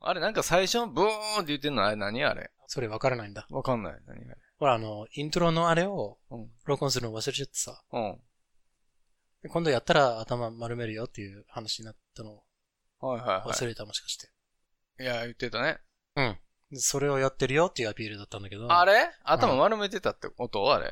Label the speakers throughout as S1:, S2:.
S1: あれなんか最初のブーンって言ってんのあれ何あれ
S2: それわからないんだ。
S1: わかんない。何あれ
S2: ほら、あの、イントロのあれを
S1: うん、
S2: 録音するの忘れちゃってさ、
S1: うん。
S2: で今度やったら頭丸めるよっていう話になったのを
S1: はいはいは
S2: 忘れた、もしかして。
S1: い。いや、言ってたね。
S2: でそれをやってるよっていうアピールだったんだけど、
S1: あれ頭丸めてたってこと、あれ。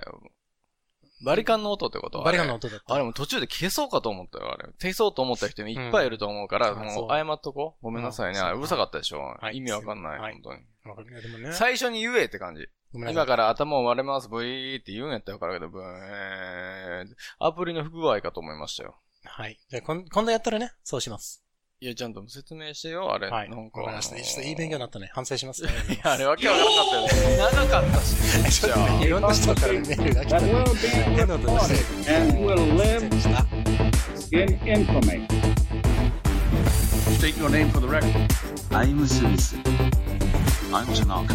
S1: バリカンの音ってこと
S2: バリカンの
S1: 音。
S2: 音だった。
S1: あれもう途中で消えそうかと思ったよ、あれ。消えそうと思った人もいっぱいいると思うから、
S2: うん
S1: もう謝っとこう。ごめんなさいね。
S2: うん
S1: あれうるさかったでしょ。
S2: はい
S1: 意味わかんない、
S2: はい
S1: 本当に。
S2: わかるいやでもね、
S1: 最初に言えって感じ。
S2: ごめんな
S1: 今
S2: さ
S1: か
S2: い。
S1: ら頭を割れます、ブイーって言うんやったらわかるけど、ブーン。アプリの不具合かと思いましたよ。
S2: はい。じゃあ、こん今度やったらね、そうします。
S1: いや、ちゃんと説明してよ、あれ。
S2: はい。
S1: なんか。
S2: わかりました。ちょっといい勉強になったね。反省 します。
S1: いや、あれわけわからなかったよね。長かったし。
S2: ちょっと ねいろんな人からメールが来た
S3: that
S2: ね。
S3: will be
S2: 変な音がして
S3: recorded and will
S2: 失礼で
S3: live
S2: した。
S3: in infamy. State your name for the record.
S4: I'm Zeus. I'm Janaka.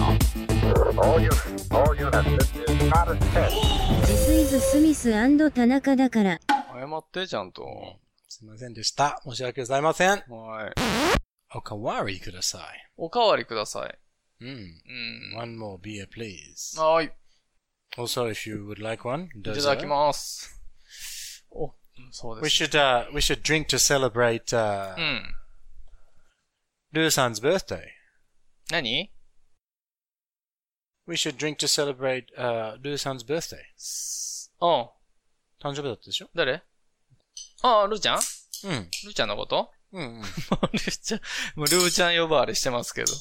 S5: All units, all units, this is not a test.
S6: ジスイズ・スミス田中だから。
S1: 謝って、ちゃんと。
S2: すいませんでした。申し訳ございません。
S1: はい。
S2: おかわりくださ
S1: おかわりください。
S2: い。うん。
S1: うん。
S2: Hmm. One more beer, please.
S1: はーい。
S2: Also, if you Oh. would like one,
S1: い
S2: どう
S1: た
S2: ぞ
S1: だきます。お、そう
S2: We
S1: です。
S2: should, uh, we should drink to celebrate,
S1: う
S2: uh,
S1: ん。
S2: Lou san's birthday.
S1: 何
S2: We should drink to celebrate, uh, Lou san's birthday.
S1: うん。
S2: 誕生日だったでしょ
S1: 誰ああ、ルーちゃん
S2: うん。
S1: ルーちゃんのこと
S2: う
S1: も
S2: ん、
S1: うルーちゃん、もうルーちゃん呼ばわりしてますけど。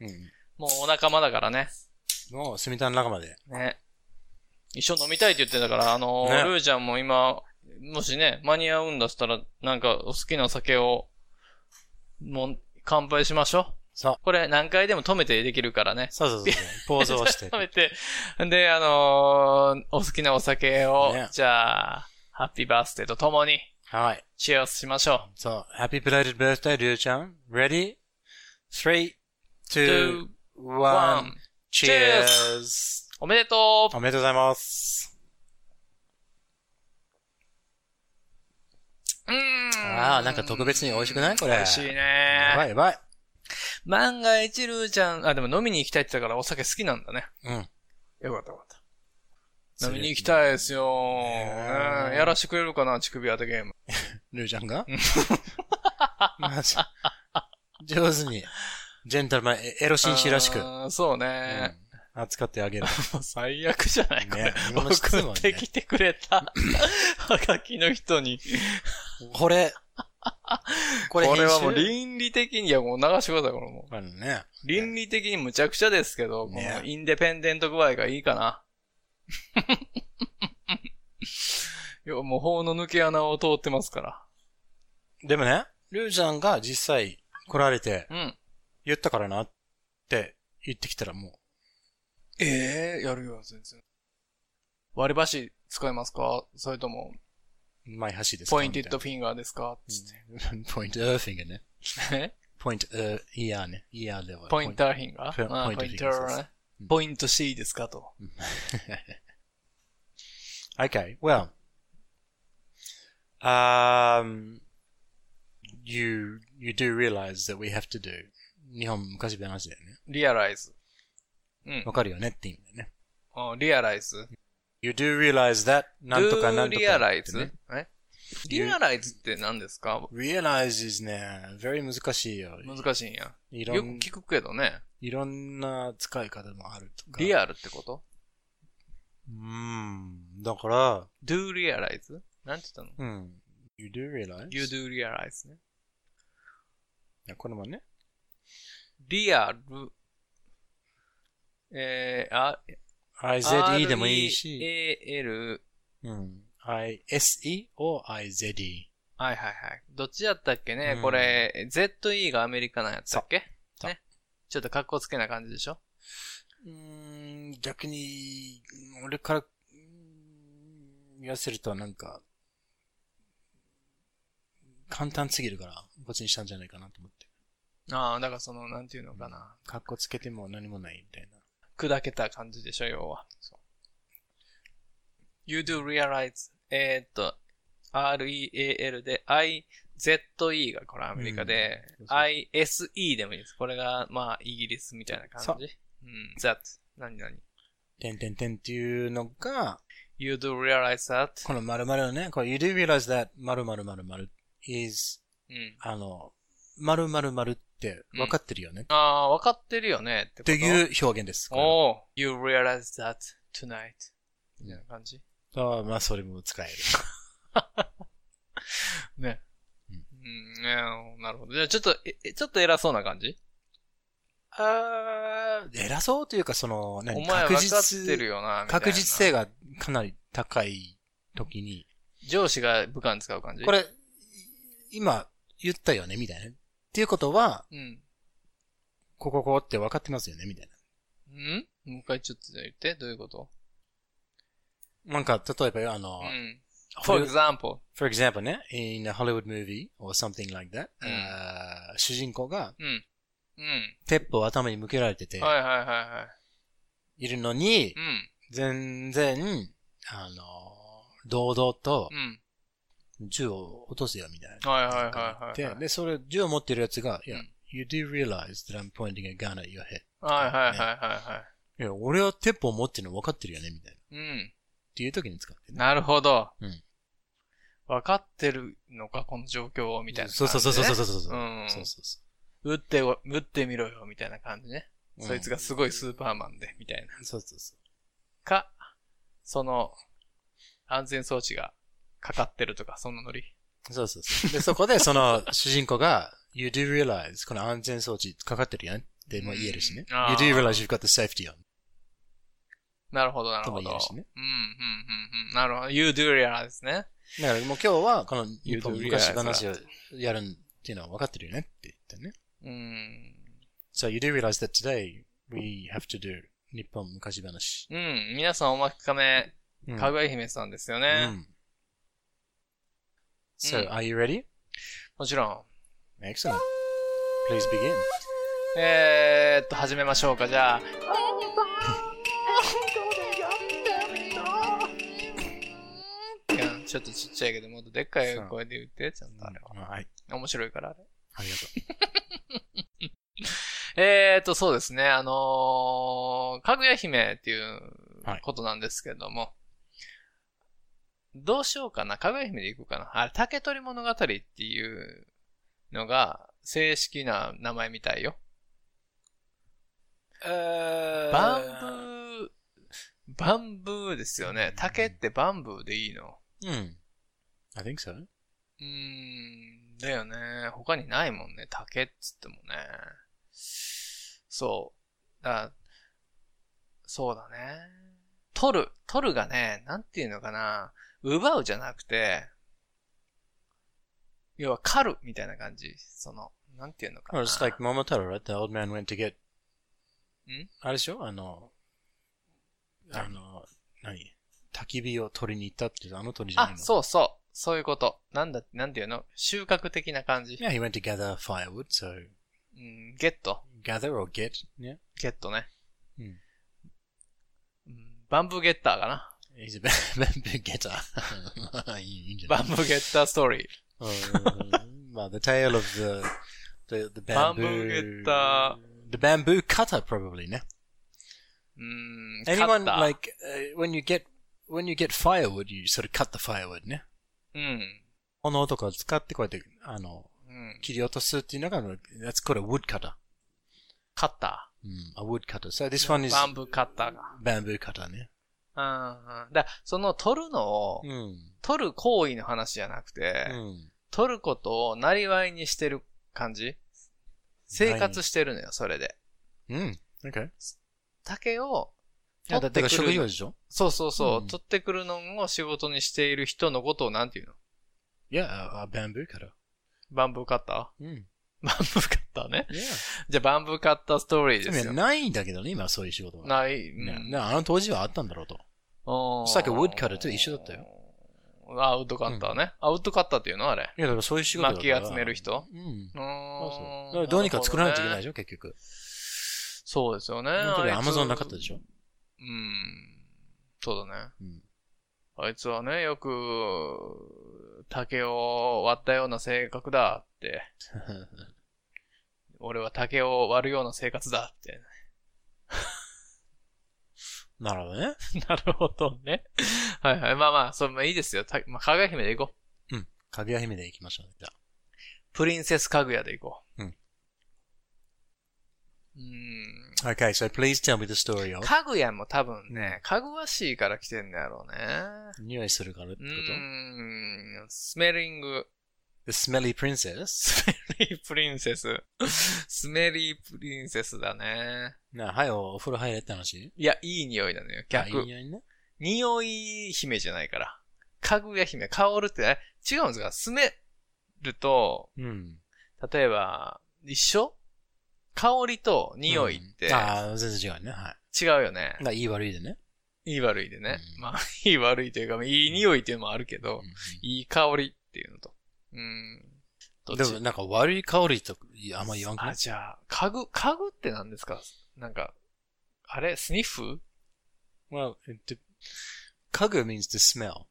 S2: うん。
S1: もうお仲間だからね。
S2: もう、住みたん仲間で。
S1: ね。一緒に飲みたいって言ってたから、あのー
S2: ね
S1: ルーちゃんも今、もしね、間に合うんだったら、なんかお好きなお酒を、もう、乾杯しましょ
S2: そう
S1: う。。これ何回でも止めてできるからね。。
S2: そうそうそう そう。ポーズをして
S1: 止めて。で、あのーお好きなお酒を、
S2: ね
S1: じゃあ、ハッピーバースデーとともに、
S2: はい。
S1: チェアスしましょ
S2: そう。Happy belated birthday, りゅうちゃん。
S1: う。
S2: Ready?3、2、
S1: Two,
S2: ワ
S1: one.
S2: ン、cheers!
S1: おめでとう
S2: おめでとうございます。
S1: うーん。
S2: ああ、なんか特別に美味しくないこれ。
S1: 美味しいね。
S2: やばいやばい。
S1: 万が一ルーちゃん、あ、でも飲みに行きたいって言ったからお酒好きなんだね。
S2: うん。
S1: よかったよかった。飲みに行きたいですよ、
S2: ね
S1: うんやらしてくれるかな、乳首当てゲーム。
S2: りゅうちゃんが マジ上手に、ジェンタルマン、エエロ紳士らしく、
S1: あーそうね。
S2: うん扱ってあげる。
S1: もう最悪じゃない、これ。
S2: ね自分の質
S1: 送
S2: 問
S1: っ
S2: ね
S1: てきてくれ た、はがきの人に。
S2: これ、こ
S1: こ
S2: れ
S1: れ
S2: 編集
S1: はもう倫理的に、いやもう流してください、これもう。
S2: これね。
S1: 倫理的にむちゃくちゃですけど、
S2: ね
S1: このインデペンデント具合がいいか な。 いや、もう法の抜け穴を通ってますから。
S2: でもね、りゅうちゃんが実際来られて、
S1: うん。
S2: 言ったからなって言ってきたらもう、
S1: ええやるよ、全然。割り箸使いますかそれとも、
S2: 前橋ですか
S1: ポインティッドフィンガーですか
S2: みたいなポイントエーフィングね。
S1: え
S2: ポイント、えー、イヤーね。イヤーでは。
S1: ポインターフィンガ
S2: ポイン
S1: ーあ
S2: ポ
S1: ポ
S2: イ
S1: イ
S2: ン
S1: ン
S2: ト
S1: タ
S2: フィンガー
S1: ーね
S2: うん。
S1: ポイント C ですかと。
S2: okay, well. Um, you, you do realize that we have to do 日本昔話だよね。
S1: リアライズ。
S2: わかるよねって意味だよね。
S1: うんリアライズ。
S2: You do realize that なんとかなんとかって、ね。
S1: リアライズ。え
S2: リュ
S1: リアライズって何ですか
S2: realize is ね、very 難しいよ。
S1: 難しいんや。
S2: いろ
S1: よく
S2: ん
S1: 聞くけどね。
S2: いろんな使い方もあるとか。
S1: リアルってこと
S2: うん。だから、
S1: ?do realize? なんて言ったの
S2: うん。You Hmm, do realize?
S1: ?you do realize ね。
S2: いやこれもね。
S1: リアル。えー、あ、E
S2: IZE でもいいし、
S1: REAL
S2: うん。ISE E or E? IZE。
S1: はいはいはい。どっちやったっけね、
S2: うん
S1: これ、ZE がアメリカなんやったっけ
S2: そう
S1: ね。ちょっと格好つけな感じでしょ
S2: うん、逆に、俺からうん言わせるとなんか、簡単すぎるから、こっちにしたんじゃないかなと思って。
S1: ああ、だからその、なんていうのかな。
S2: かっこつけても何もないみたいな。
S1: 砕けた感じでしょ、要は。You do realize, えーっと、REAL で IZE ZE がこれアメリカで、ISE でもいいです。これが、まあ、イギリスみたいな
S2: そ
S1: 感
S2: う
S1: じ。うん。that. 何々。
S2: てんてんてんっていうのが、
S1: You do realize that?
S2: この〇〇のね、これ You do realize that 〇〇〇〇 is
S1: うん。
S2: あの、〇〇〇って分かってるよね。
S1: ああ、わかってるよね。って
S2: と
S1: う。
S2: いう表現です。これは
S1: おお You realize that tonight. みたいな感じ。
S2: ああまあ、それも使える。
S1: ね。
S2: う
S1: うんん、ねなるほど。じゃあ、ちょっと、ええちょっと偉そうな感じ
S2: ああ、偉そうというか、その、
S1: お前
S2: 何
S1: 分
S2: 確
S1: か
S2: 実
S1: ってるよな、みたいな。
S2: 確実性がかなり高い時に、
S1: 上司が部下に使う感じ
S2: こ。れ、い今言ったよね、みたいな。っていうことは、
S1: うん。
S2: ここここって分かってますよね、みたい
S1: んもう一回ちょっと言って。どういうこと
S2: な。なんか、例えばよ、あの
S1: う、ん。
S2: ホ
S1: For
S2: リ
S1: example.
S2: for example ね、in a Hollywood movie or something like that、
S1: うん
S2: あー主人公が
S1: うん。うん。
S2: 鉄砲を頭に向けられてて、、
S1: はいはいはいはい
S2: るのに
S1: い。う、ん。
S2: 全然、あの、堂々と
S1: うん。
S2: 銃を落とすよ、みたいな。
S1: はいはいはいはい。
S2: で、で、それ、銃を持ってるやつが、いうや
S1: ん、
S2: you do realize that I'm pointing a gun at your head.
S1: はいはいはいはいはい
S2: や、俺は鉄砲持ってるの分かってるよね、みたいな。っ
S1: い。うん。
S2: ていう時に使ってね。
S1: なるほど。
S2: うん。
S1: 分かってるのか、この状況を、みたいな感じ
S2: そう
S1: ね。
S2: そうそうそうそうそうそう。
S1: うん
S2: そうそうそ
S1: 打ってご、打ってみろよ、みたいな感じね。
S2: うん
S1: そいつがすごいスーパーマンで、みたいな。
S2: う。そうそうそう。
S1: か、その、安全装置がかかってるとか、そんなノリ。
S2: そうそうそう。で、そこで、その、主人公が、you do realize この安全装置かかってるやんっても言えるしね。
S1: うんあ
S2: you
S1: ー
S2: do realize you've got the safety on.
S1: なるほど、なる
S2: とも
S1: ほ
S2: 言え
S1: ど
S2: る。しね
S1: うん、うん、うん、うん。なるほど。You do realize ですね。
S2: だからもう今日は、この
S1: You
S2: 日
S1: do
S2: 本
S1: realize
S2: 昔話をやるっていうのは分かってるよねって言ってね。
S1: うん。
S2: So you do realize that today we have to do 日本昔話。
S1: うん。皆さんお待ちかね、
S2: うん
S1: かぐや姫さんですよね。
S2: Mm. So, are you ready?
S1: もちろん。
S2: Excellent. Please begin.
S1: えーっと、始めましょうか、じゃあ。いやちょっとちっちゃいけど、もっとでっかい声で言って、ちゃんとあれは。
S2: はい。
S1: 面白いから、あれ。
S2: ありがと
S1: えーっと、そうですね。あのー、かぐや姫っていうことなんですけども、どうしようかな。かぐや姫でいこうかな。あれ、竹取物語っていうのが、正式な名前みたいよ。
S2: う。
S1: バンブー、バンブーですよね。竹ってバンブーでいいの
S2: ブー。うん。I think so.
S1: うーん、だよね。他にないもんね。竹っつってもね。そう。だ、そうだね。取る、取るがね、なんていうのかな。奪うじゃなくて、要は狩るみたいな感じ。その、なんていうのか
S2: Or
S1: な。
S2: it's like Momotaro, right? The old man went to get...
S1: ん
S2: あれでしょあの、あの、何焚き火を取りに行ったってあの鳥じゃない
S1: あ、
S2: のう。
S1: そうそう。そういうこと。なんだ、なんていうの収穫的な感じ。
S2: Yeah, he went to gather firewood, so
S1: うん、ゲット。
S2: gather or get. Yeah.
S1: ゲットね。
S2: うん
S1: うん。バンブーゲッターかな。
S2: He's a bamboo getter. いいんじゃな い
S1: バンブ ーゲッターストーリー。
S2: Oh, well, the tale of the the, the bamboo,
S1: Bamboo getter.
S2: the bamboo cutter probably. Ne?
S1: うーん、
S2: Anyone
S1: カッター
S2: like uh, when you get when you get firewood, you sort of cut the firewood. ね。
S1: うん。
S2: 斧とかを使ってこうやってあの
S1: うん。
S2: 切り落とすっていうのが that's called a wood cutter.
S1: カッタ
S2: Mm, a wood cutter. So this one
S1: ー。
S2: is
S1: バンブーカッターが。
S2: bamboo cutter. ね。
S1: うんうん。だからその取るのを、
S2: うん。
S1: 取る行為の話じゃなくて、
S2: うん。
S1: 取ることをなりわいにしてる感じ生活してるのよ、それで。
S2: うん。Okay.
S1: 竹を、
S2: いやだって
S1: 取ってく
S2: 職
S1: る
S2: 業でしょ
S1: そうそうそう、
S2: うん
S1: 取ってくるのを仕事にしている人のことをなんていうの
S2: ?Yeah, a, a bamboo cutter.
S1: バンブーカッタ
S2: うん。
S1: ーバンブーカッターね。
S2: Yeah.
S1: じゃあ、バンブーカッターストーリーです
S2: でも
S1: よ。
S2: ないんだけどね、今そういう仕事が。
S1: ない。うん
S2: ね、あの当時はあったんだろうと。It's like a woodcutter と一緒だったよ。
S1: あアウトカッターね。アウトカッターっていうのあれ。
S2: いや、だからそういう仕事だ
S1: 巻
S2: か
S1: き
S2: ら
S1: 集める。人
S2: うん。
S1: う
S2: そうそう
S1: ーん
S2: だからどうにか作らないといけないで
S1: しょ。
S2: しょ、結局。
S1: そうですよね。
S2: 本当にアマゾンなかった
S1: で
S2: でしょ。
S1: うん。そうだね。
S2: うん
S1: あいつはね、よく、竹を割ったような性格だ って、俺は竹を割るような生活だって。
S2: なるほどね。
S1: なるほどね。はいはい。まあまあ、それもいいですよ。たまあ、かぐや姫で行こう。
S2: かぐや姫で行きましょう。じゃあ。
S1: プリンセスかぐやで行こう。
S2: うん。
S1: うー
S2: Okay, so please tell me the story of.
S1: ん。かぐやも多分ね、かぐわしいから来てんだやろうね。
S2: 匂いするからって
S1: う
S2: こ
S1: ーん。スメリング、
S2: と ?The smelly princess?
S1: スメリープリンセス。スメリープリンセスだね。
S2: なあ、はよ、お風呂入れって話
S1: いや、いい匂いなのよ。
S2: あい
S1: 逆
S2: い。匂いね。
S1: 匂い姫じゃないから。かぐや姫、香るって、ね、違うんですかスメると、
S2: うん。
S1: 例えば、一緒香りと匂いって
S2: うんああ、全然違うね。は
S1: 違うよね
S2: い。。まあ、いい悪いでね。
S1: いい悪いでね。
S2: うん
S1: まあ、 いい悪いというか、いい匂いっていうのもあるけど、いい香りっていうのと。うん。ど
S2: う
S1: っ
S2: ん
S1: ち
S2: でも、なんか悪い香りとかあんま言わんくな
S1: あ、
S2: い
S1: じゃあ、家具、家具って何ですかなんか、あれスニッフ
S2: Well, it de- kagu means to smell.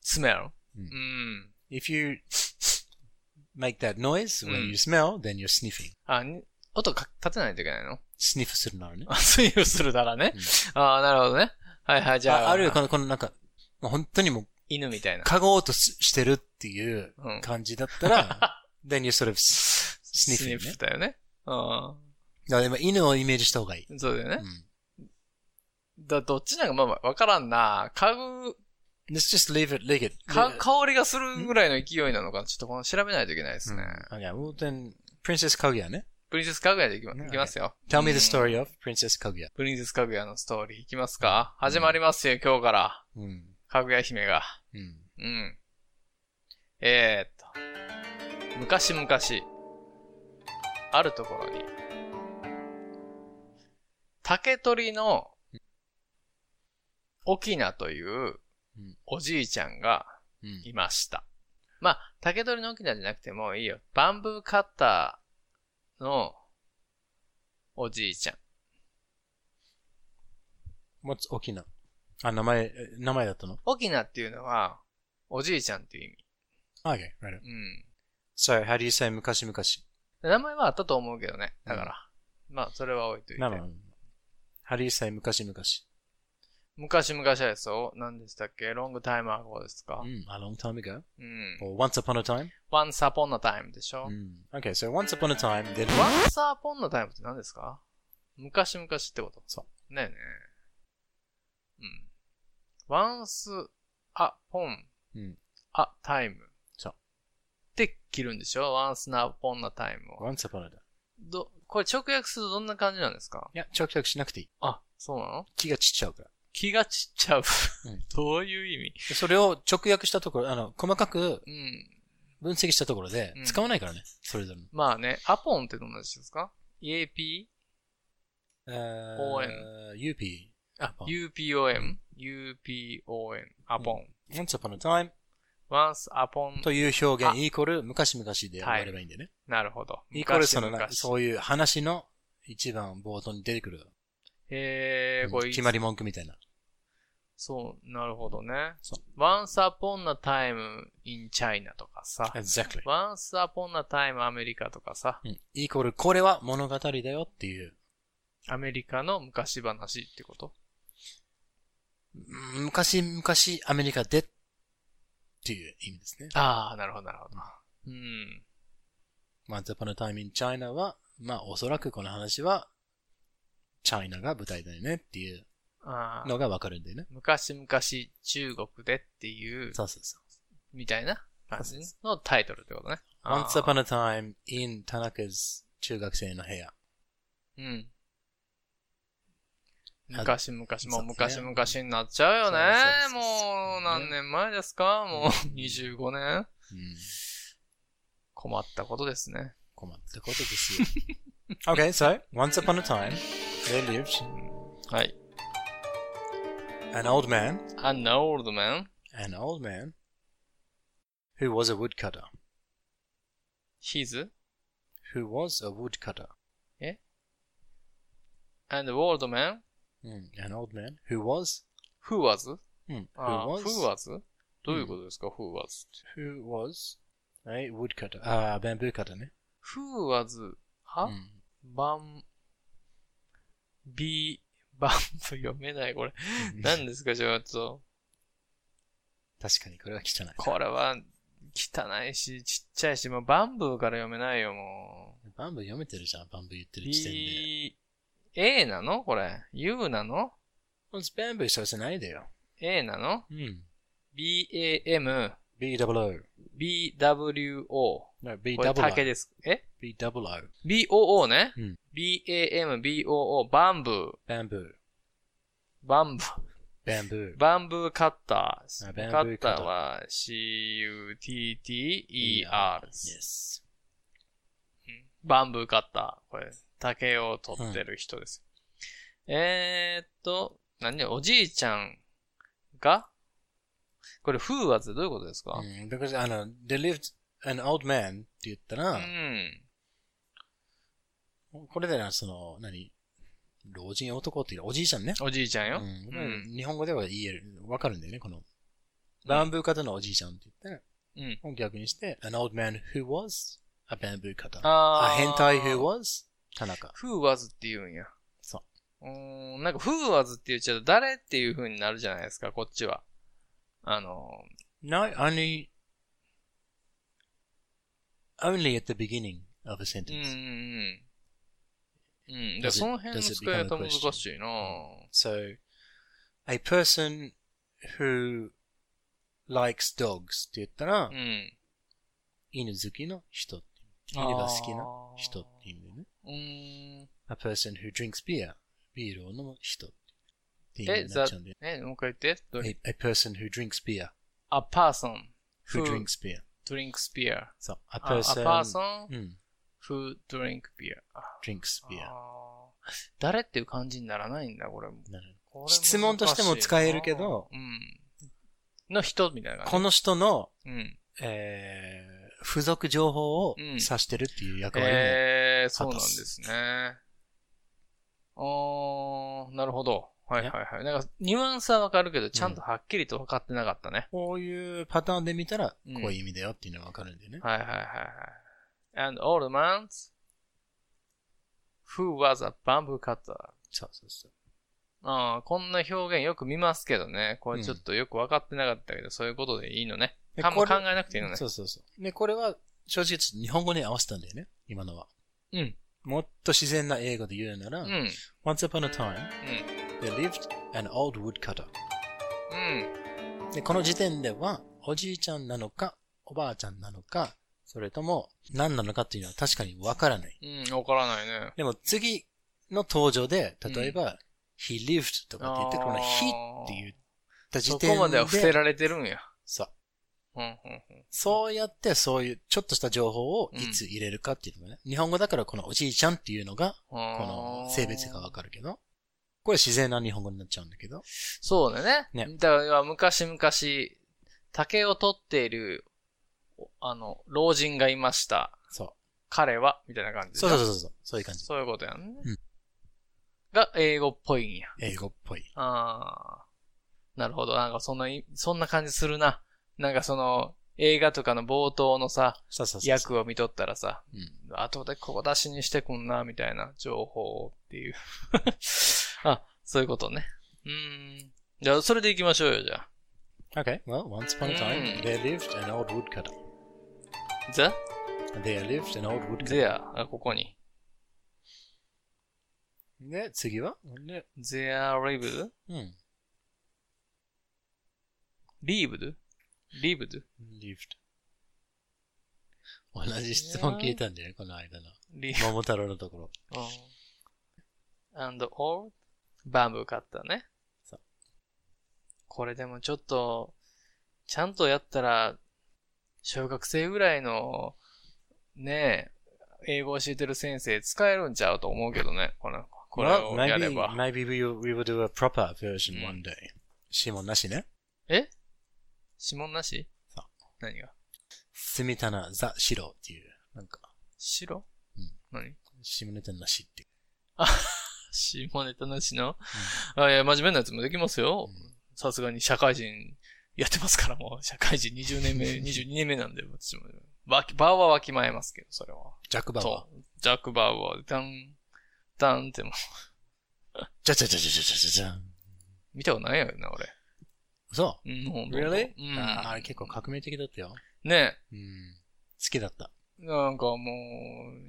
S1: スメル
S2: う
S1: う
S2: ん
S1: ん。
S2: If you make that noise when
S1: Mm.
S2: you smell, then you're sniffing.
S1: あ、に音か立てないといけないの
S2: sniff するならね。
S1: あ、スニッフするならね。ああ、なるほどね。はいはい、じゃあ、
S2: ああるいはこの、このなんか、もう本当にもう、
S1: 犬みたいな。
S2: 嗅ごうとししてるっていう
S1: うん
S2: 感じだった ら、then you sort of s-
S1: スニ
S2: sniffing
S1: ッ
S2: ね
S1: フ。だよね。あ
S2: だから今犬をイメージした方がいい。
S1: あ、そうだよね
S2: う。ん
S1: だどっちなんか、まあまあ、わからんな。家具、
S2: Let's just leave it, leave it.
S1: か
S2: Leave it.
S1: 香りがするぐらいの勢いなのか、ちょっとこの調べないといけないですね。
S2: Okay, well then, Princess Kaguya ね。
S1: プリンセスかぐやでいきま
S2: ね
S1: いきますよ。
S2: Tell me the
S1: うん
S2: story of Princess Kaguya.
S1: プリンセスかぐやのストーリーいきますか始まりますよ、今日から。
S2: うん。
S1: かぐや姫が。
S2: うん。
S1: うん。えー、っと、昔々、あるところに、竹取りの、沖縄という
S2: うん、
S1: おじいちゃんが
S2: うん
S1: いました。まあ、竹取りの沖縄じゃなくてもいいよ。バンブーカッターの、おじいちゃん。
S2: What's 沖縄あ、名前、え名前だったの
S1: 沖縄っていうのは、おじいちゃんっていう意
S2: ?Okay, right.
S1: 味。うん。
S2: So, how do you say 昔々
S1: 名前はあったと思うけどね。だから。まあ、それは置いといて。
S2: なるほど。How do you say 昔々
S1: 昔々はですよ。何でしたっけロングタイムアゴですか
S2: うん、a long time ago?
S1: うん。
S2: Or once upon a time?
S1: once upon a time でしょ、
S2: うん Okay, so once upon a time, then
S1: once upon a time って何ですか昔々ってこと。
S2: そう
S1: ねえねえ。うん。once upon
S2: うん、
S1: a time
S2: そう
S1: って切るんでしょ ?once upon a time を。
S2: once upon a time.
S1: ど、これ直訳するとどんな感じなんですか
S2: いや、直訳しなくていい。
S1: あ、そうなの
S2: 気がちっちゃうから。
S1: 気が散っちゃう。
S2: うん
S1: どういう意味
S2: でそれを直訳したところ、あの、細かく
S1: うん。
S2: 分析したところで
S1: うん
S2: 使わないからね、それぞれの。
S1: まあね、アポンってどんな字ですか ?EAP?
S2: え
S1: ON
S2: UP。あ、
S1: UPOM? UPON? アポン。
S2: once upon a time
S1: once upon,
S2: という表
S1: あ
S2: 現、イコール昔々で終わればいいんだよね。
S1: なるほど。
S2: イコールその、
S1: 昔
S2: なんかそういう話の一番冒頭に出てくる、
S1: えー、これ、
S2: 決まり文句みたいな。
S1: そう、なるほどね
S2: そ。
S1: once upon a time in China とかさ。
S2: Exactly.
S1: once upon a time アメリカとかさ。
S2: うんイコール、これは物語だよっていう。
S1: アメリカの昔話ってこと
S2: うん昔々アメリカでっていう意味ですね。
S1: ああ、なるほど、なるほど。うん。
S2: Once upon a time in China は、まあおそらくこの話は、チャイナが舞台だよねっていう
S1: ああ、
S2: のがわかるんだよね。
S1: 昔々中国でっていう、
S2: そうそうそう。
S1: みたいな感
S2: そ
S1: じ
S2: うで
S1: のタイトルってことね。
S2: Once
S1: あ
S2: upon a time in Tanaka's 中学生の部屋。
S1: ーうん。
S2: あ
S1: 昔々、も
S2: そううね
S1: 昔々になっちゃうよね
S2: そう。そうそうそう
S1: もう何年前ですかもう
S2: うん
S1: 25年
S2: うん
S1: 困ったことですね。
S2: 困ったことですよ。okay, so, once upon a time, there lived
S1: はい。
S2: an old man,
S1: An old man,
S2: an old man, who was a woodcutter,
S1: his,
S2: who was a woodcutter.
S1: and old man,
S2: Mm, an old man who was
S1: who was
S2: うん。
S1: あ
S2: who
S1: ー
S2: was,
S1: Who was? どういうことですか、Who was?
S2: who was, はい、woodcutter. ああ、bamboo cutter ね。
S1: Who was? は、
S2: うん。
S1: バン、ビー、バンブ読めない、これ。何ですか、ちょっと。
S2: 確かにこれは汚い。
S1: これは、汚いし、ちっちゃいし、もうバンブーから読めないよ、も
S2: バンブー読めてるじゃん、バンブー言って
S1: う。
S2: る時点で。
S1: B、A なのこれ。U なの
S2: バンブーそうじゃないだよ。
S1: ?A なの
S2: うん。
S1: ?B, A, M,
S2: BWO。
S1: B, W, O。こ
S2: No,
S1: れ竹
S2: BWO。
S1: です。え
S2: BWO。
S1: ?B, O, O ね、
S2: うん
S1: ?B, A, M, B, O, O。バンブー。
S2: バンブー。
S1: バンブー。
S2: バンブー。
S1: バンブーカッター。
S2: あバン
S1: カ
S2: ブ
S1: ッ
S2: ー
S1: タ
S2: カッタ
S1: ー
S2: ー
S1: は CUTTER です。
S2: Yes.
S1: バンブーカッター。これ、竹を取ってる人です。えーっと、何ね、おじいちゃんが、これ、風圧どういうことですか、
S2: うん、because, あの、there lived an old man って言った
S1: う
S2: ら、
S1: ん、
S2: これでな、その、何老人男っていう、おじいちゃんね。
S1: おじいちゃん
S2: う
S1: よ。
S2: ん
S1: うん
S2: 日本語では言える、わかるんだよね、この。バンブー型のおじいちゃんって言ったら、うん、逆にして、an old man who was a bamboo cutter.
S1: あー
S2: あ変態 who was 田中。
S1: 風圧って言うんや。。
S2: そう
S1: うーん、なんか風圧って言っちゃうと誰っていう風になるじゃないですか、こっちは。あの、
S2: No, only, only at the beginning of
S1: うんうん
S2: a sentence.、
S1: うん。うん。
S2: Does
S1: で、
S2: it-
S1: その辺の
S2: does it
S1: 使い方
S2: become a
S1: 難
S2: question?
S1: しいなぁ
S2: So, a person who likes dogs って言ったら、
S1: うん。
S2: 犬好きの人っていう。
S1: あー
S2: 犬が好きな人っていう意味だよね。
S1: うーん。
S2: A person who drinks beer. ビールを飲む人っていう意味になっちゃうんで。
S1: え、もう一回言って。どれ
S2: A, a person who drinks beer.
S1: A person
S2: Who
S1: who
S2: drinks beer.
S1: drinks beer.
S2: So, a
S1: あ A
S2: person,
S1: person
S2: うん
S1: who drink beer. あ
S2: drinks
S1: Ah.
S2: beer.
S1: あー誰っていう感じにならないんだ、これ。
S2: なる
S1: これ難しいな
S2: 質問としても使えるけど、
S1: うん。の人みたいな
S2: こ
S1: 感じ。
S2: の人の、
S1: うん。
S2: えー、付属情報を
S1: うん
S2: 指してるっていう役割も、
S1: えー、そうなんですね。あー、なるほど。はいはいはい。なんか、ニュアンスはわかるけど、ちゃんとはっきりと分かってなかったね。
S2: こういうパターンで見たら、こ
S1: うん
S2: ういう意味だよっていうのがわかるんだよね。
S1: はいはいはいはい。And old man who was a bamboo cutter.
S2: そうそうそう。
S1: ああ、こんな表現よく見ますけどね。これちょっとよく分かってなかったけど、そういうことでいいのね。
S2: で
S1: あんま
S2: これ
S1: 考えなくていいのね。
S2: そうそうそう。で、これは、正直ちょっと日本語に合わせたんだよね、今のは。
S1: うん。
S2: もっと自然な英語で言うなら、
S1: うん。うん。うん。
S2: Once upon a time, there lived an old woodcutter. で、この時点では、おじいちゃんなのか、おばあちゃんなのか、それとも、何なのかっていうのは確かにわからない。
S1: うん。わからないね。
S2: でも、次の登場で、例えば、he lived とかって言って、
S1: あー
S2: この he って言った時
S1: そ
S2: 点で、
S1: こまでは伏せられてるんや。
S2: そう。
S1: うん、うん、
S2: そうやって、そういう、ちょっとした情報をいつ入れるかっていうのがね。日本語だからこのおじいちゃんっていうのが、
S1: こ
S2: この性別がわかるけど、これ自然な日本語になっちゃうんだけど、
S1: そうだね。
S2: ね
S1: だから、昔々、竹を取っている、おあの、老人がいました。
S2: そ
S1: 彼は、みたいな感
S2: う。
S1: じで
S2: そうそうそうそう、そういう感じ。
S1: そういうことやんね。
S2: うん
S1: が、英語っぽいんや。
S2: 英語っぽい。
S1: あーなるほど。なんか、そんな、そんな感じするな。なんか、その、映画とかの冒頭のさ、
S2: そうそうそう。
S1: 役を見とったらさ、
S2: うん。
S1: 後でここ出しにしてくんな、みたいな情報をっていう。 あ、そういうことね。うーん。じゃあ、それで行きましょうよ、じゃ
S2: Okay, well, once upon a
S1: Mm.
S2: time, there lived an old woodcutter.
S1: あ。The?
S2: There lived an old woodcutter.
S1: There? あ、ここに。
S2: で、次はで、
S1: There lived?
S2: うん。
S1: lived? lived?
S2: lived. 同じ質問聞いたんだよね、この間の。
S1: lived?
S2: 桃太郎のところ。
S1: うん。and all? バンブー買ったね。
S2: そう
S1: これでもちょっと、ちゃんとやったら、小学生ぐらいの、ねえ、英語教えてる先生使えるんちゃうと思うけどね。この、 これ
S2: Well,
S1: をやれ
S2: maybe,
S1: ば。
S2: maybe we, will- we will do a proper
S1: う
S2: version
S1: ん
S2: one day. 指紋なしね。
S1: 指紋なし
S2: そう
S1: 何が
S2: 住みたなザ・シロっていう、なんか、
S1: 白
S2: うん
S1: 何
S2: 下ネタなしっていう。
S1: 下ネタなしの、あいや、真面目なやつもできますよ。さすがに社会人やってますからもう、社会人20年 目、22年目なんで、私も。わき、バーはわきまえますけど、それは。
S2: ジャックバーは
S1: そ。う。ジャック・バウアー、ダン、ダンっても、
S2: じゃじゃじゃじゃじゃじゃじゃん。
S1: 見たことないよな、俺。
S2: そ
S1: うん、ほん
S2: う。
S1: と
S2: Really?
S1: うん。
S2: あーあれ結構革命的だったよ。
S1: ね
S2: うん。好きだった。
S1: なんかも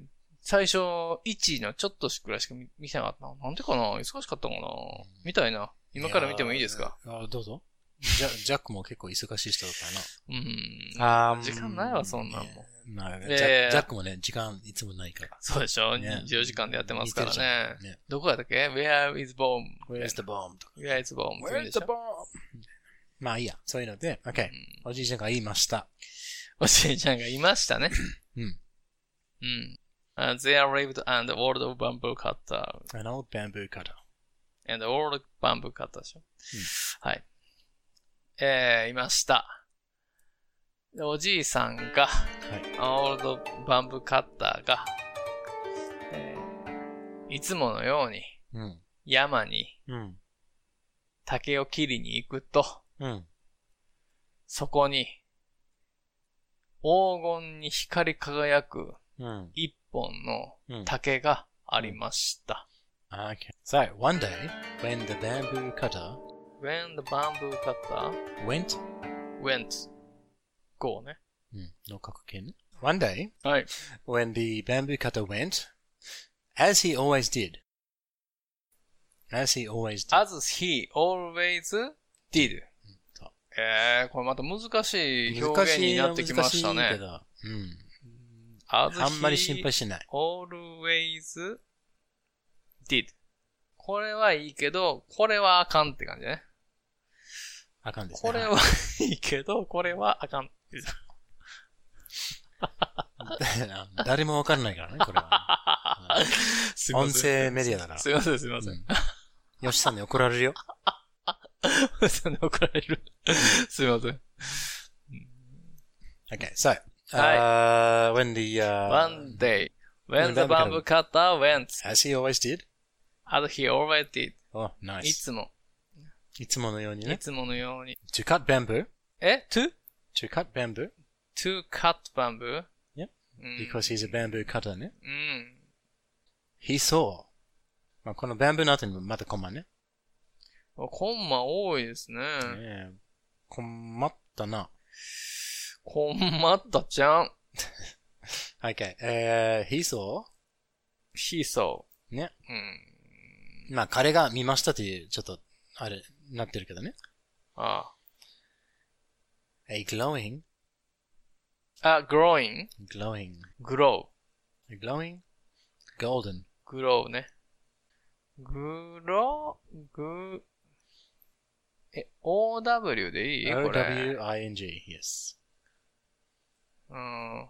S1: う、最初、1のちょっとしくらいしか見見てなかったな。なんでかな忙しかったのかなみたいな。今から見てもいいですか
S2: いやーあーどうぞ。ジャジャックも結構忙しい人だったかな。
S1: うん。
S2: あ
S1: 時間ないわそんなんも
S2: ん。まあ、ジ
S1: い
S2: ャ
S1: やいやいや
S2: ジャックもね、時間いつもないから。
S1: そうでしょ、
S2: ね
S1: ?24 時間でやってますから
S2: 似て
S1: ね
S2: る。じゃんね
S1: どこだったっけ ?Where is bomb?
S2: Where's the bomb? とか。
S1: Where is bomb? って言うんでしょ
S2: まあいいや。そういうので、OK
S1: う。ん
S2: おじいちゃんが言いました。
S1: おじいちゃんがいましたね。
S2: うん
S1: うん。Uh, there lived an old bamboo cutter
S2: An old bamboo cutter.
S1: and old bamboo cutter でしょ、はい。えー、いました。でおじいさんが、old bamboo cutter が、えーいつものように
S2: うん。
S1: 山に
S2: うん。
S1: 竹を切りに行くと、
S2: うん。
S1: そこに、黄金に光り輝く
S2: うん。
S1: 一本の
S2: うん
S1: 竹がありました。
S2: Okay. So, one day, when the bamboo cutter
S1: When the bamboo cutter
S2: went,
S1: went go ね。
S2: うん、の過去形ね One day,
S1: はい。
S2: when the bamboo cutter went, as he always did, as he always did,
S1: As he always did.
S2: そう
S1: えー、これまた難しい表現になってきました
S2: 難し
S1: ね。
S2: いけどうん。
S1: As
S2: あんまり心
S1: he
S2: 配しない。
S1: always did. これはいいけど、これはあかんって感じね。
S2: あかんですね。
S1: これはいいけど、これはあかん。
S2: はい。誰もわかんないからね、これは。
S1: すいま
S2: 音
S1: せん
S2: 声メディアだから
S1: すいません、すいません。
S2: うん。吉さんに怒られるよ。
S1: そんな怒られる。すいません。
S2: Okay, so,
S1: はい
S2: uh, when the, uh,
S1: One day, when the bamboo cutter went,
S2: as he always did,
S1: as he always did,
S2: oh,
S1: い
S2: nice.
S1: つも、
S2: いつものように
S1: い
S2: ね。
S1: つものように。
S2: to cut bamboo,
S1: え ?to?
S2: to cut bamboo,
S1: to cut bamboo?
S2: Yep.
S1: うん
S2: because he's a bamboo cutter ね。
S1: うん。
S2: he saw. まあ、このバンブーの後にもまたコマね。
S1: コンマ多いですね。
S2: ねえ困ったな。
S1: コンマったちゃん。
S2: Okay. えー、he saw.
S1: he saw.
S2: ね。
S1: うん。
S2: まあ、彼が見ましたという、ちょっと、あれ、なってるけどね。
S1: あ
S2: a glowing,
S1: あ。あ、growing,
S2: glowing,
S1: grow,
S2: a glowing, golden,
S1: grow ね。grow, g, え、ow でいいこれ。
S2: R-W-I-N-G, yes.
S1: うん。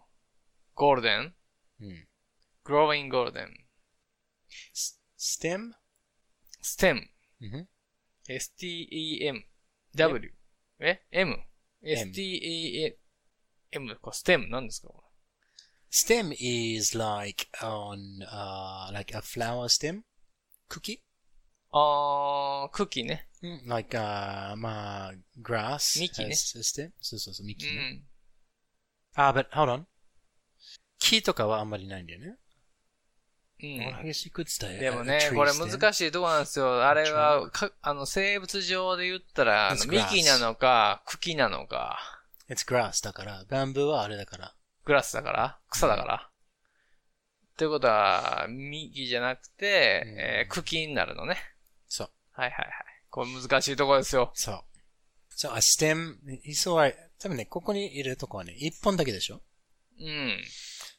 S1: ゴールデン
S2: うん。
S1: ?growing golden.
S2: S- stem?
S1: stem.
S2: うんふん
S1: stem. w. え ?m.
S2: M
S1: stem. これ stem 何ですかこ
S2: Stem is like on, uh, like a flower stem? Cookie?
S1: れあー、茎ね。
S2: Like, uh, まあ、grass.
S1: 幹ね
S2: has a stem? そうそうそう、
S1: う
S2: 幹ね。
S1: ん。
S2: あ、but hold on. 木とかはあんまりないんだよね。
S1: うん。
S2: 激しく伝え
S1: でもね、これ難
S2: し
S1: しいとこなんですよ。あれは、か、あの、生物上で言ったら、あの
S2: It's grass
S1: 幹なのか、茎なのか、
S2: い。It's grass だから、バンブーはあれだから。
S1: グラスだから、草だから。ということは、幹じゃなくて、
S2: うん
S1: えー茎になるのね。
S2: そう。
S1: はいはいはい。これ難しいとこですよ。
S2: そう。そう、a stem, いそうは、多分ね、ここにいるとこはね、一本だけでしょ
S1: うん。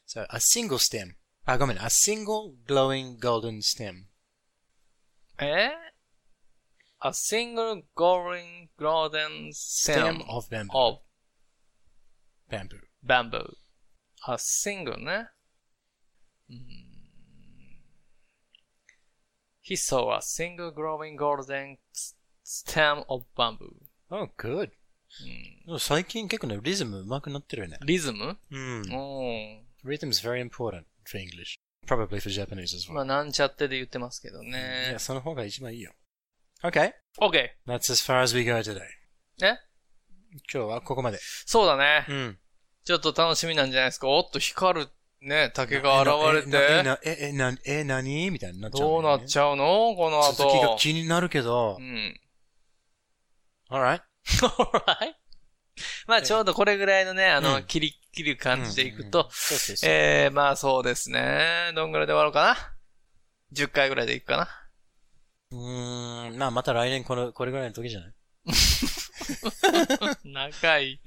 S2: そう、a single stem. あ、ごめん、a single glowing golden stem.
S1: え ?A single golden golden
S2: Stem
S1: stem
S2: of bamboo.
S1: of
S2: bamboo.
S1: bamboo. A single ね。うん He saw a single growing golden s- stem of bamboo.
S2: Oh, good.
S1: うん
S2: 最近結構ね、リズム上手くなってるよね。
S1: リズム
S2: う
S1: う。
S2: ん
S1: ん。
S2: Rhythm is very important for English. Probably for Japanese as
S1: まあ、
S2: well.
S1: なんちゃってで言ってますけど
S2: い
S1: ね
S2: や、。その方が一番いいよ。 Okay.
S1: OK!
S2: That's as far as we go today.
S1: ね
S2: 今日はここまで。
S1: そうだね。
S2: うん。
S1: ちょっと楽しみなんじゃないですか。おっと、光る、ね、竹が現れ
S2: え
S1: て、
S2: な、え、え、な、え、なにみたいになっちゃう、
S1: どうなっち
S2: ゃ
S1: ゃうのこの
S2: 続きが
S1: 後。
S2: 気になるけど
S1: う。ん。alright?
S2: Alright.
S1: まあ、ちょうどこれぐらいのね、あの、
S2: うん
S1: 切り、切る感じでいくと、
S2: うんうんそうそうそう。
S1: えー、まあそうですね。どんぐらいで終わろうかな ?10 回ぐらいでいくかな
S2: うーん。まあ、また来年この、これぐらいの時じゃない
S1: 長い。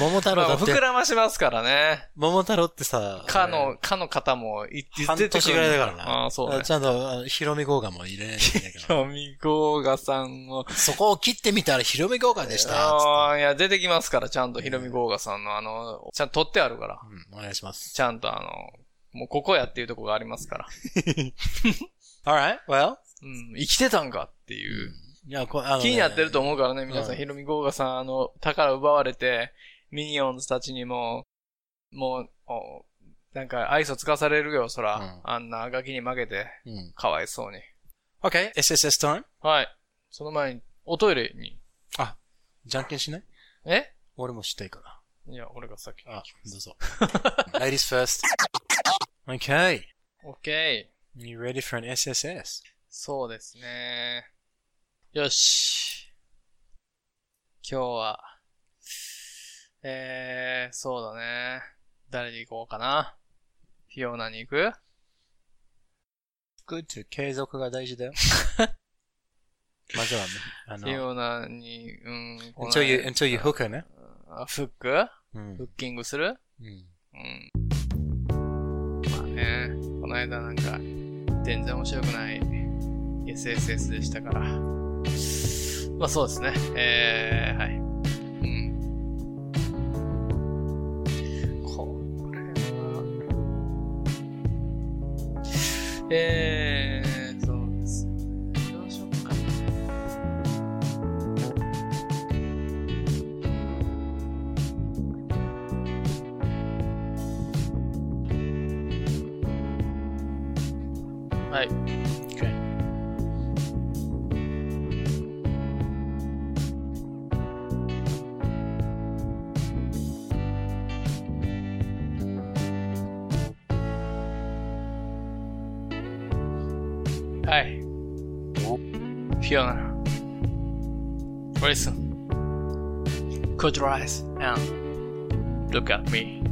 S2: 桃太
S1: ま
S2: 郎だ
S1: あ、
S2: って、
S1: 膨らましますからね。
S2: 桃太郎ってさ、
S1: か
S2: え
S1: の、かの方もい、い
S2: ー、半年ぐらいだからな。
S1: ああ、そうね。
S2: ちゃんと、あのヒロミ豪華も入れないといけないから。
S1: 興味ゴーガさんを。
S2: そこを切ってみたらヒロミ豪華でした。つっ
S1: あーいや、出てきますから、ちゃんとヒロミゴーガさんの、あの、ちゃんと取ってあるから。
S2: てうん、お願いします。
S1: ちゃんとあの、もうここやっていうとこがありますから。
S2: Alright, well.
S1: うん、生きてたんかっていう。
S2: いや、こあのね
S1: 気になってると思うからね、皆さ
S2: うん
S1: ん、ヒロミ・ゴーガさん、あの、宝奪われて、ミニオンズたちにも、もう、おなんか、愛想つかされるよ、そら。
S2: うん
S1: あんなガキに負けて、
S2: うん。
S1: かわいそうに。
S2: Okay, SSS time?
S1: はい。その前に、おトイレに。
S2: じゃんけんしない
S1: え
S2: 俺もしたいから。
S1: いや、俺がさっき。
S2: あ、どうぞ。Ladies first. Okay.
S1: オッケー。
S2: You ready for an SSS?
S1: そうですね。よし。今日は、えー、そうだね。誰に行こうかな。フィオーナに行く
S2: good to 継続が大事だよ。まずはね、あ
S1: っていう
S2: の、
S1: ようなに、うん。この
S2: until you, until you hook her ね。
S1: あフック
S2: うん
S1: フッキングする
S2: うん
S1: うん。まあね、この間なんか、全然面白くない SSS でしたから。まあそうですね。えー、はい。うん。これは、えー、そうですね。どうしようかな。はい。はい。Fiona, listen. Close your eyes and look at me.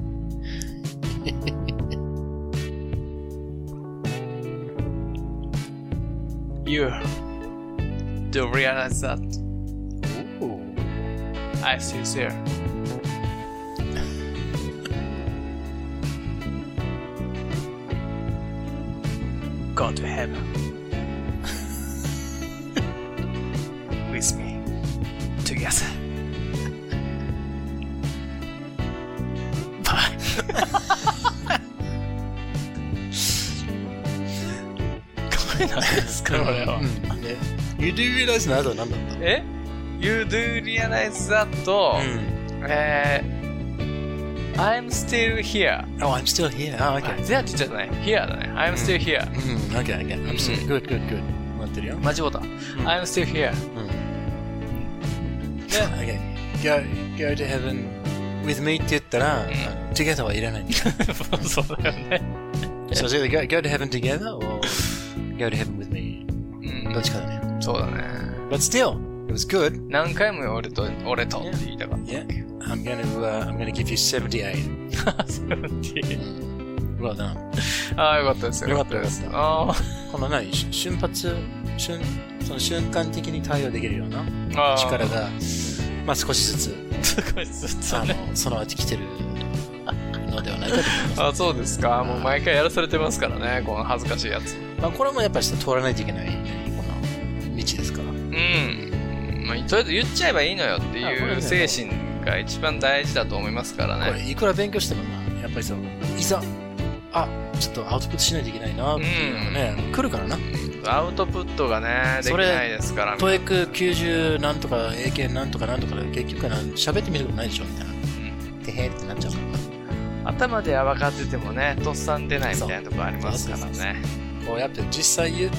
S1: you do realize that I still there. Go to heaven with me together. Bye. this
S2: うんで You do realize などなんだっ
S1: え ?You do realize that と、
S2: たん。
S1: えー、I'm still here.
S2: Oh, I'm still here. Oh,
S1: あ
S2: okay.
S1: there って言っちゃったね。here だね。I'm still here.
S2: うん、okay, okay. I'm still good, good, good. 待ってるよ。
S1: 間違った。I'm still here.
S2: うん。
S1: で
S2: Okay. Go, go to heaven with me って言ったら、
S1: ん
S2: together はいらないんだよ。
S1: そうだよね。
S2: so it's either go, go to heaven together or go to heaven with me.
S1: うん
S2: どっちかだね。
S1: そうだね。
S2: But still, it was good.
S1: 何回も俺と、俺とって言いたかっ
S2: Yeah. I'm gonna, uh, I'm gonna give you 78.
S1: た。 セブンティー
S2: Well done.
S1: ああ、よかったですよ。
S2: よかった
S1: です
S2: よ。
S1: あ
S2: この何瞬瞬発瞬その瞬間的に対応できるような
S1: ーあー。
S2: 力 が、まあ、少しずつ
S1: すごいずっと
S2: あ
S1: ね。
S2: の備わってきてるので はないかと思います。
S1: あそうですか。もう毎回やらされてますからね。この恥ずかしいやつ。
S2: まあ、これもやっぱり通らないといけないこの道ですから。
S1: うん。まあ、とりあえず言っちゃえばいいのよって
S2: あこれ
S1: いう
S2: ね
S1: 精神が一番大事だと思いますから
S2: こ
S1: ね。
S2: れいくら勉強してもな、やっぱりそう、いざ、あちょっとアウトプットしないといけないなっていうのがね、来るからな。
S1: アウトプットがね、でき
S2: それ
S1: ないですから。
S2: トエク90なんとか、英検なんとかなんとかで、結局はな喋ってみることないでしょみたいな。てへーってなっちゃうからな。
S1: 頭では分かっててもね、とっさん出ないみたいなとこありますから
S2: そうそうそう
S1: ね。
S2: こうやって実際言う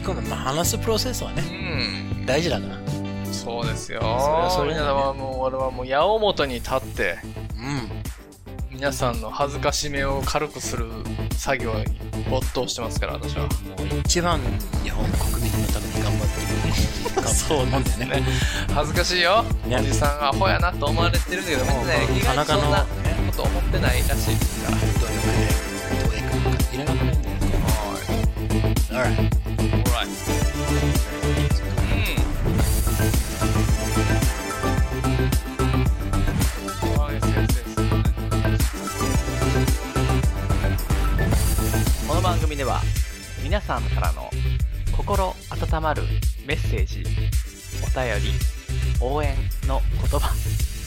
S2: き込む、まあ、話すプロセスはね
S1: うん。
S2: 大事だから
S1: そうですよ。
S2: それはそれ
S1: みん
S2: だ
S1: な
S2: ね
S1: はもう、俺はもう矢面に立って、
S2: う
S1: 皆さんの恥ずかしめを軽くする作業に没頭してますから、私は。
S2: ん一番日本国民のために頑張ってる そうなんだよね
S1: 恥ずかしいよ。
S2: ね
S1: おじさんアホやなと思われてるけど、もね、意外
S2: 田
S1: に
S2: 中
S1: そ
S2: の
S1: んなこ
S2: ね
S1: と思ってないらしいですから。
S2: どれまでどういくのかいらなくないんだよ
S1: はい。
S2: Alright
S1: ほら。うん。はい、先生。
S7: この番組では皆さんからの心温まるメッセージお便り応援の言葉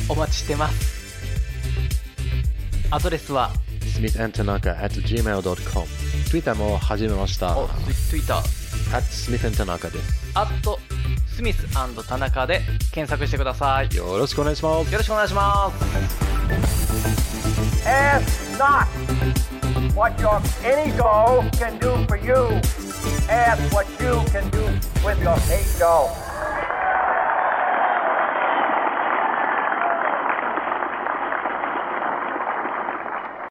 S7: お待ちしてますアドレスは
S8: smithandtanaka at gmail.com。Twitter も始めました。
S7: お Twitter
S8: at smithandtanaka です。
S7: アットスミス田中で検索してくださいよ
S8: よろしくお願いします。
S7: ろしくお願いします
S5: Ask not what your any doll can do for you. Ask what you can do with your eight doll.